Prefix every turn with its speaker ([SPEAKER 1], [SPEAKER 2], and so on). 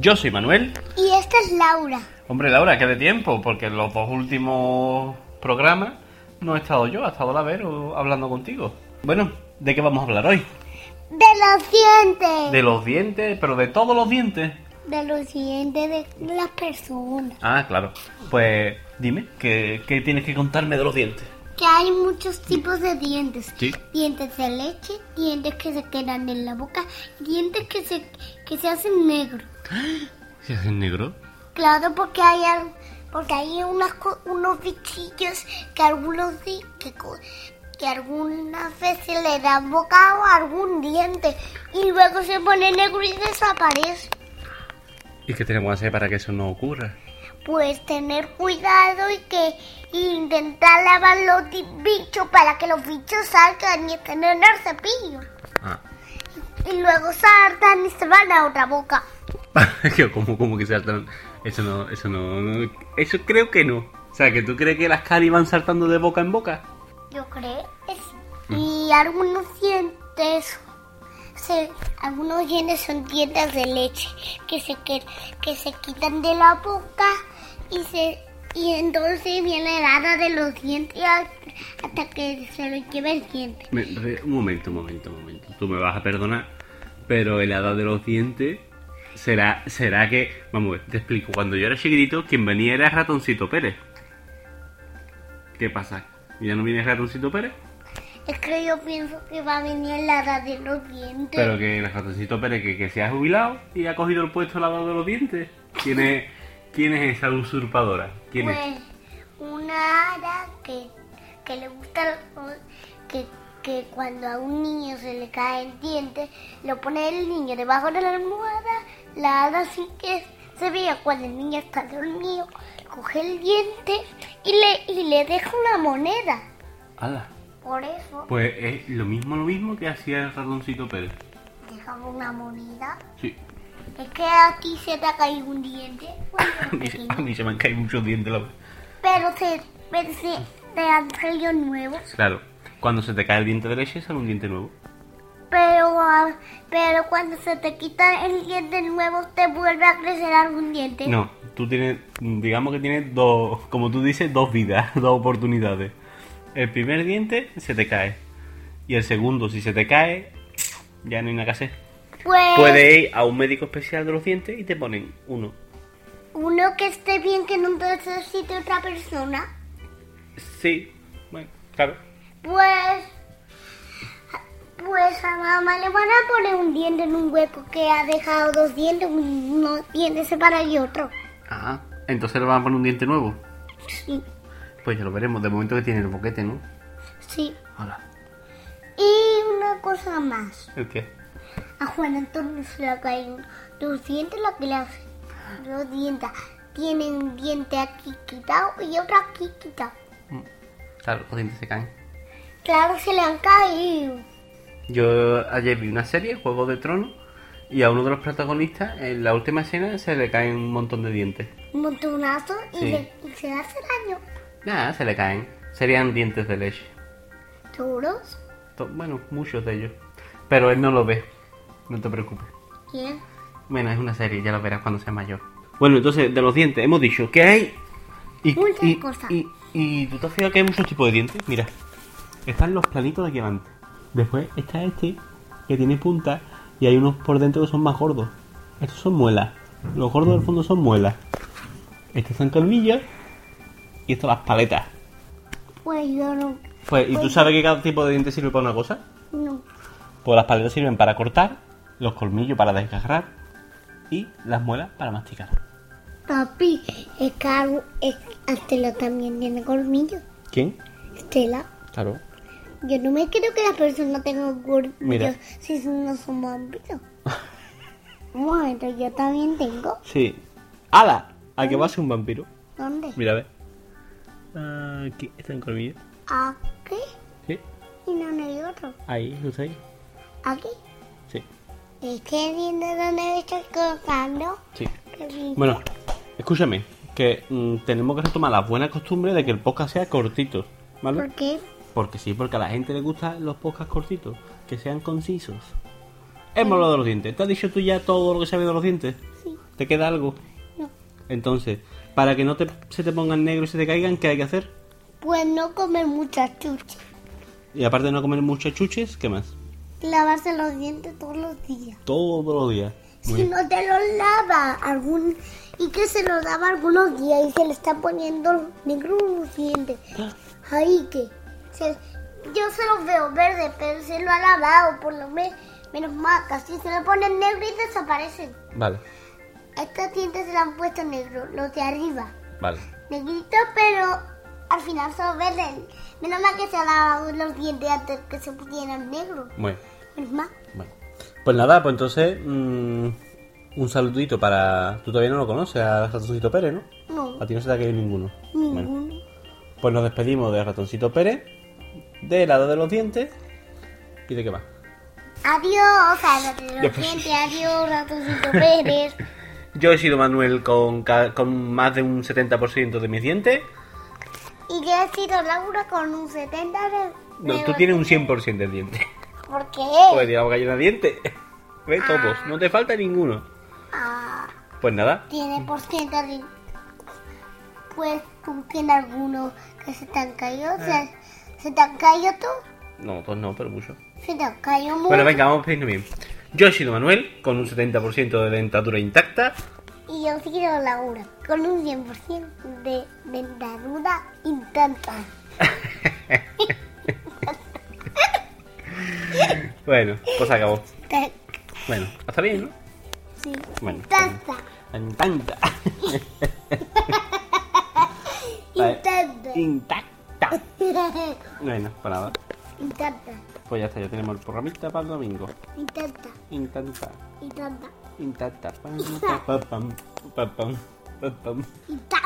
[SPEAKER 1] Yo soy Manuel.
[SPEAKER 2] Y esta es Laura.
[SPEAKER 1] Hombre, Laura, que de tiempo, porque en los dos últimos programas no he estado yo, ha estado la Vero hablando contigo. Bueno, ¿de qué vamos a hablar hoy?
[SPEAKER 2] De los dientes.
[SPEAKER 1] De los dientes, pero de todos los dientes.
[SPEAKER 2] De los dientes de las personas.
[SPEAKER 1] Ah, claro. Pues dime, ¿qué, qué tienes que contarme de los dientes?
[SPEAKER 2] Que hay muchos tipos de dientes.
[SPEAKER 1] Sí.
[SPEAKER 2] Dientes de leche, dientes que se quedan en la boca, dientes que se, que se hacen negros.
[SPEAKER 1] ¿Se hacen negro?
[SPEAKER 2] Claro, porque hay al- porque hay unas co- unos bichillos que algunos di- que, co- que algunas veces le dan bocado a algún diente y luego se pone negro y desaparece.
[SPEAKER 1] ¿Y qué tenemos que hacer para que eso no ocurra?
[SPEAKER 2] Pues tener cuidado y que y intentar lavar los di- bichos para que los bichos salgan y estén en el cepillo.
[SPEAKER 1] Ah.
[SPEAKER 2] Y luego saltan y se van a otra boca.
[SPEAKER 1] como como que saltan? Eso no, eso no, eso creo que no. O sea, que tú crees que las caries van saltando de boca en boca.
[SPEAKER 2] Yo creo que sí. Y algunos dientes, se- algunos dientes son dientes de leche que se que, que se quitan de la boca y se y entonces viene el hada de los dientes hasta- hasta que se lo lleva el diente.
[SPEAKER 1] Me- re- un momento, un momento, un momento. Tú me vas a perdonar, pero el hada de los dientes será, será que, vamos a ver, te explico. Cuando yo era chiquitito, quien venía era Ratoncito Pérez. ¿Qué pasa? ¿Ya no viene Ratoncito Pérez?
[SPEAKER 2] Es que yo pienso que va a venir el hada de los dientes.
[SPEAKER 1] Pero que el Ratoncito Pérez que, que se ha jubilado y ha cogido el puesto del hada de los dientes. ¿Quién es, quién es esa usurpadora? ¿Quién es?
[SPEAKER 2] Pues, una hada que, que le gusta que, que cuando a un niño se le cae el diente, lo pone el niño debajo de la almohada, la hada sin que se vea cuando el niño está dormido, coge el diente y le, y le deja una moneda.
[SPEAKER 1] Ala.
[SPEAKER 2] Por eso
[SPEAKER 1] Pues es lo mismo, lo mismo que hacía el Ratoncito Pérez.
[SPEAKER 2] dejaba una moneda.
[SPEAKER 1] Sí.
[SPEAKER 2] Es que a ti se te ha caído un diente. cuando eras
[SPEAKER 1] A mí, se-
[SPEAKER 2] pequeño,
[SPEAKER 1] a mí se me han caído muchos dientes. La...
[SPEAKER 2] pero se, pero se- te han salido nuevos.
[SPEAKER 1] Claro, cuando se te cae el diente de leche sale un diente nuevo.
[SPEAKER 2] Pero, ah, pero cuando se te quita el diente nuevo, te vuelve a crecer algún diente.
[SPEAKER 1] No, tú tienes, digamos que tienes dos, como tú dices, dos vidas, dos oportunidades. El primer diente se te cae. Y el segundo, si se te cae, ya no hay nada que hacer.
[SPEAKER 2] Pues
[SPEAKER 1] Puedes ir a un médico especial de los dientes y te ponen uno.
[SPEAKER 2] uno que esté bien, que no necesite otra persona.
[SPEAKER 1] Sí, bueno, claro.
[SPEAKER 2] Pues, pues a mamá le van a poner un diente en un hueco que ha dejado dos dientes, un- uno diente separado y otro.
[SPEAKER 1] Ah, entonces le van a poner un diente nuevo.
[SPEAKER 2] Sí,
[SPEAKER 1] Pues ya lo veremos, de momento que tiene el boquete, ¿no?
[SPEAKER 2] sí.
[SPEAKER 1] Hola.
[SPEAKER 2] Y una cosa más.
[SPEAKER 1] ¿El qué?
[SPEAKER 2] A Juan Antonio se le caen los dientes la clase. Los dientes. Tienen un diente aquí quitado y otro aquí quitado.
[SPEAKER 1] Claro, los dientes se caen.
[SPEAKER 2] Claro, se le han caído.
[SPEAKER 1] Yo ayer vi una serie, Juego de Tronos, y a uno de los protagonistas, en la última escena, se le caen un montón de dientes.
[SPEAKER 2] Un montonazo y,
[SPEAKER 1] Sí.
[SPEAKER 2] le- y se hace daño.
[SPEAKER 1] Nada, se le caen. Serían dientes de leche.
[SPEAKER 2] ¿Todos?
[SPEAKER 1] To- Bueno, muchos de ellos. Pero él no lo ve. No te preocupes.
[SPEAKER 2] ¿Quién?
[SPEAKER 1] Bueno, es una serie, ya lo verás cuando sea mayor. Bueno, entonces, de los dientes, hemos dicho que hay... Y,
[SPEAKER 2] Muchas
[SPEAKER 1] y-
[SPEAKER 2] cosas.
[SPEAKER 1] Y, y tú te has fijado que hay muchos tipos de dientes. Mira, están los planitos de aquí adelante. Después está este, que tiene punta, y hay unos por dentro que son más gordos. Estos son muelas. Los gordos del fondo son muelas. Estos son colmillos. Y estos las paletas.
[SPEAKER 2] Pues yo no.
[SPEAKER 1] Pues, ¿y tú
[SPEAKER 2] Pues-
[SPEAKER 1] sabes que cada tipo de diente sirve para una cosa?
[SPEAKER 2] No.
[SPEAKER 1] Pues las paletas sirven para cortar, los colmillos para desgarrar y las muelas para masticar.
[SPEAKER 2] Papi, es caro. Es, Estela también tiene colmillos.
[SPEAKER 1] ¿Quién?
[SPEAKER 2] Estela.
[SPEAKER 1] Claro.
[SPEAKER 2] Yo no me creo que las personas tengan colmillos
[SPEAKER 1] Mira.
[SPEAKER 2] si no son vampiros. bueno, yo también tengo.
[SPEAKER 1] Sí. ¡Hala! ¿A que va a ser un vampiro?
[SPEAKER 2] ¿Dónde?
[SPEAKER 1] Mira, a ver. Ah, Aquí está un colmillo.
[SPEAKER 2] Aquí
[SPEAKER 1] Sí.
[SPEAKER 2] y no en el otro.
[SPEAKER 1] Ahí, no sé.
[SPEAKER 2] Aquí.
[SPEAKER 1] Sí.
[SPEAKER 2] Es que viendo dónde me estoy colocando.
[SPEAKER 1] Sí.
[SPEAKER 2] que vi-
[SPEAKER 1] Bueno, escúchame, que mm, tenemos que retomar la buena costumbre de que el podcast sea cortito, ¿vale?
[SPEAKER 2] ¿Por qué?
[SPEAKER 1] Porque sí, porque a la gente le gustan los podcasts cortitos, que sean concisos. Hemos hablado de los dientes. ¿Te has dicho tú ya todo lo que sabes de los dientes?
[SPEAKER 2] Sí.
[SPEAKER 1] ¿Te ¿Te queda algo?
[SPEAKER 2] No.
[SPEAKER 1] Entonces, para que no te, se te pongan negro y se te caigan, ¿qué hay que hacer?
[SPEAKER 2] Pues no comer muchas chuches.
[SPEAKER 1] Y aparte de no comer muchos chuches, ¿qué más?
[SPEAKER 2] Lavarse los dientes todos los días.
[SPEAKER 1] Todos los días. Muy
[SPEAKER 2] Si
[SPEAKER 1] bien.
[SPEAKER 2] no te los lava algún y que se los daba algunos días y se le está poniendo negro los dientes.
[SPEAKER 1] Ah.
[SPEAKER 2] Ahí que se- yo se los veo verdes, pero se lo ha lavado por lo menos menos mal, casi se le ponen negro y desaparecen.
[SPEAKER 1] Vale,
[SPEAKER 2] Estas dientes se le han puesto negro, los de arriba.
[SPEAKER 1] vale.
[SPEAKER 2] Negrito, pero al final son verdes. Menos mal que se ha lavado los dientes antes que se pusieran negros.
[SPEAKER 1] Bueno,
[SPEAKER 2] Menos mal.
[SPEAKER 1] bueno. Pues nada, pues entonces, mm, un saludito para. Tú todavía no lo conoces, a Ratoncito Pérez, ¿no?
[SPEAKER 2] No,
[SPEAKER 1] A ti no se te ha caído ninguno. Bueno,
[SPEAKER 2] ninguno.
[SPEAKER 1] pues nos despedimos de Ratoncito Pérez, de helado de los dientes y de qué más.
[SPEAKER 2] Adiós, Álvaro de los
[SPEAKER 1] Después.
[SPEAKER 2] Dientes, adiós, Ratoncito Pérez.
[SPEAKER 1] Yo he sido Manuel con, ca- con más de un 70% de mis dientes.
[SPEAKER 2] Y yo he sido Laura con un 70 de.
[SPEAKER 1] No,
[SPEAKER 2] de
[SPEAKER 1] tú tienes un 100% de dientes.
[SPEAKER 2] ¿Por qué?
[SPEAKER 1] Pues de la boca llena de dientes. Ve todos, no te falta ninguno.
[SPEAKER 2] Ah,
[SPEAKER 1] Pues nada,
[SPEAKER 2] tiene por ciento de. Pues tú tienes algunos que se te han caído.
[SPEAKER 1] Ah.
[SPEAKER 2] Se, se te han caído tú.
[SPEAKER 1] no, pues no, pero mucho.
[SPEAKER 2] Se te han caído mucho.
[SPEAKER 1] Bueno, venga, vamos a pedirnos bien. Yo he sido Manuel, con un 70% de dentadura intacta.
[SPEAKER 2] Y yo he sido Laura con un 100% de dentadura intacta.
[SPEAKER 1] Bueno, pues se acabó.
[SPEAKER 2] Tac,
[SPEAKER 1] Bueno, hasta bien, ¿no?
[SPEAKER 2] Sí,
[SPEAKER 1] Bueno,
[SPEAKER 2] intacta.
[SPEAKER 1] Intacta.
[SPEAKER 2] Intacta.
[SPEAKER 1] Intacta. Bueno, pues nada.
[SPEAKER 2] Intacta.
[SPEAKER 1] Pues ya está, ya tenemos el programita para el domingo.
[SPEAKER 2] Intacta.
[SPEAKER 1] Intacta.
[SPEAKER 2] Intacta.
[SPEAKER 1] Intacta. Pam, pa, pam, pam, pam, pam, pam.
[SPEAKER 2] Intacta.